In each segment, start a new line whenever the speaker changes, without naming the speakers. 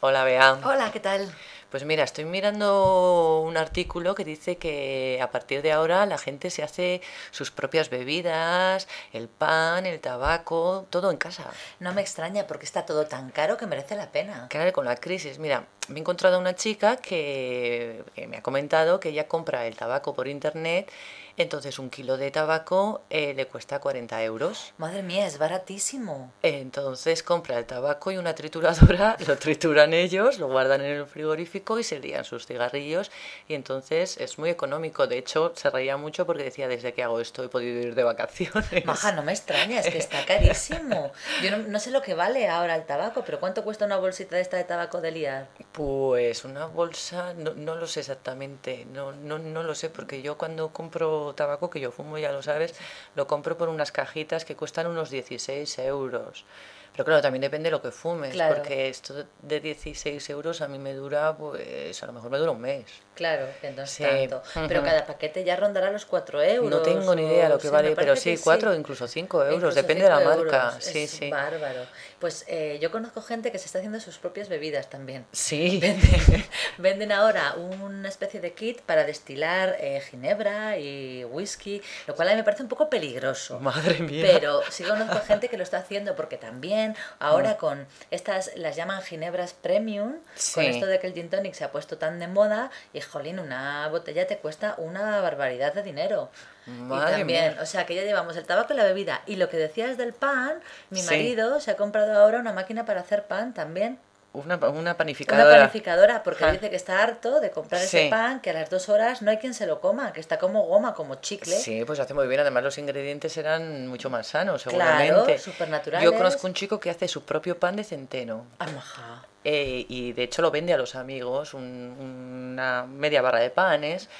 Hola, Bea.
Hola, ¿qué tal?
Pues mira, estoy mirando un artículo que dice que a partir de ahora la gente se hace sus propias bebidas, el pan, el tabaco, todo en casa.
No me extraña porque está todo tan caro que merece la pena.
Claro, con la crisis, mira, me he encontrado a una chica que, que me ha comentado que ella compra el tabaco por internet, entonces un kilo de tabaco eh, le cuesta 40 euros.
Madre mía, es baratísimo.
Entonces compra el tabaco y una trituradora, lo trituran ellos, lo guardan en el frigorífico y se lían sus cigarrillos. Y entonces es muy económico. De hecho, se reía mucho porque decía, desde que hago esto he podido ir de vacaciones.
Maja, no me extraña, es que está carísimo. Yo no, no sé lo que vale ahora el tabaco, pero ¿cuánto cuesta una bolsita de esta de tabaco de liar?
Pues una bolsa, no, no lo sé exactamente, no, no, no lo sé, porque yo cuando compro tabaco, que yo fumo, ya lo sabes, lo compro por unas cajitas que cuestan unos 16 euros. Pero claro, también depende de lo que fumes,
Claro.
porque esto de 16 euros a mí me dura, pues a lo mejor me dura un mes.
Claro, que no es
Sí.
tanto. Pero
Ujú.
cada paquete ya rondará los 4 euros.
No tengo ni idea lo que
o- sí, me
vale, pero
parece
sí,
que
4 o incluso 5 euros,
Incluso
depende de la
cinco
marca.
euros,
Sí,
es
sí.
bárbaro. Pues eh, yo conozco gente que se está haciendo sus propias bebidas también.
Sí.
Venden, venden ahora una especie de kit para destilar eh, ginebra y whisky, lo cual a mí me parece un poco peligroso.
Madre mía.
Pero sí conozco gente que lo está haciendo porque también
Mm.
ahora con estas, las llaman ginebras premium, con
Sí.
esto de que el gin tonic se ha puesto tan de moda y jolín, una botella te cuesta una barbaridad de dinero.
Madre
y también,
mía.
o sea, que ya llevamos el tabaco y la bebida. Y lo que decías del pan, mi
Sí.
marido se ha comprado ahora una máquina para hacer pan también.
Una, una
Una
panificadora.
panificadora, porque
Ajá.
dice que está harto de comprar ese
Sí.
pan, que a las dos horas no hay quien se lo coma, que está como goma, como chicle.
Sí, pues hace muy bien. Además, los ingredientes eran mucho más sanos,
Claro,
seguramente.
supernaturales.
Yo conozco un chico que hace su propio pan de centeno.
Ah, maja.
eh, y de hecho lo vende a los amigos, un- una media barra de panes.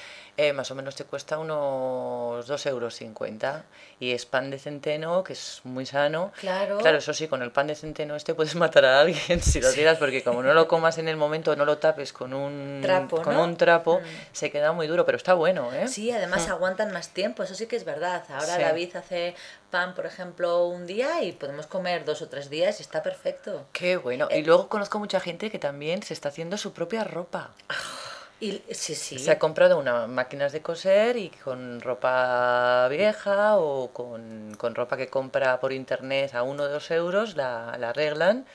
eh, más o menos te cuesta unos 2,50 euros. Y es pan de centeno, que es muy sano.
Claro.
Claro, eso sí, con el pan de centeno este puedes matar a alguien si lo tiras, porque como no lo comas en el momento, no lo tapes con un
Trapo,
con
¿no? Mm.
un trapo, se queda muy duro, pero está bueno, ¿eh?
Sí, además aguantan más tiempo, eso sí que es verdad. Ahora
Sí.
David hace pan, por ejemplo, un día y podemos comer dos o tres días y está perfecto.
Qué bueno. Y luego conozco mucha gente que también se está haciendo su propia ropa.
Y sí, ¿Ah, sí.
Se ha comprado unas máquinas de coser y con ropa vieja o con, con ropa que compra por internet a uno o dos euros la, la arreglan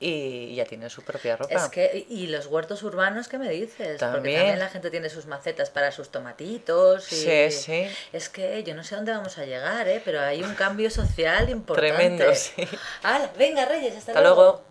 y ya tiene su propia ropa.
es que, y los huertos urbanos, ¿qué me dices? Porque
También.
también la gente tiene sus macetas para sus tomatitos. Y...
Sí, sí.
Es que yo no sé a dónde vamos a llegar, ¿eh? pero hay un cambio social importante.
Tremendo, sí.
¡Hala! venga, Reyes, hasta,
Hasta luego.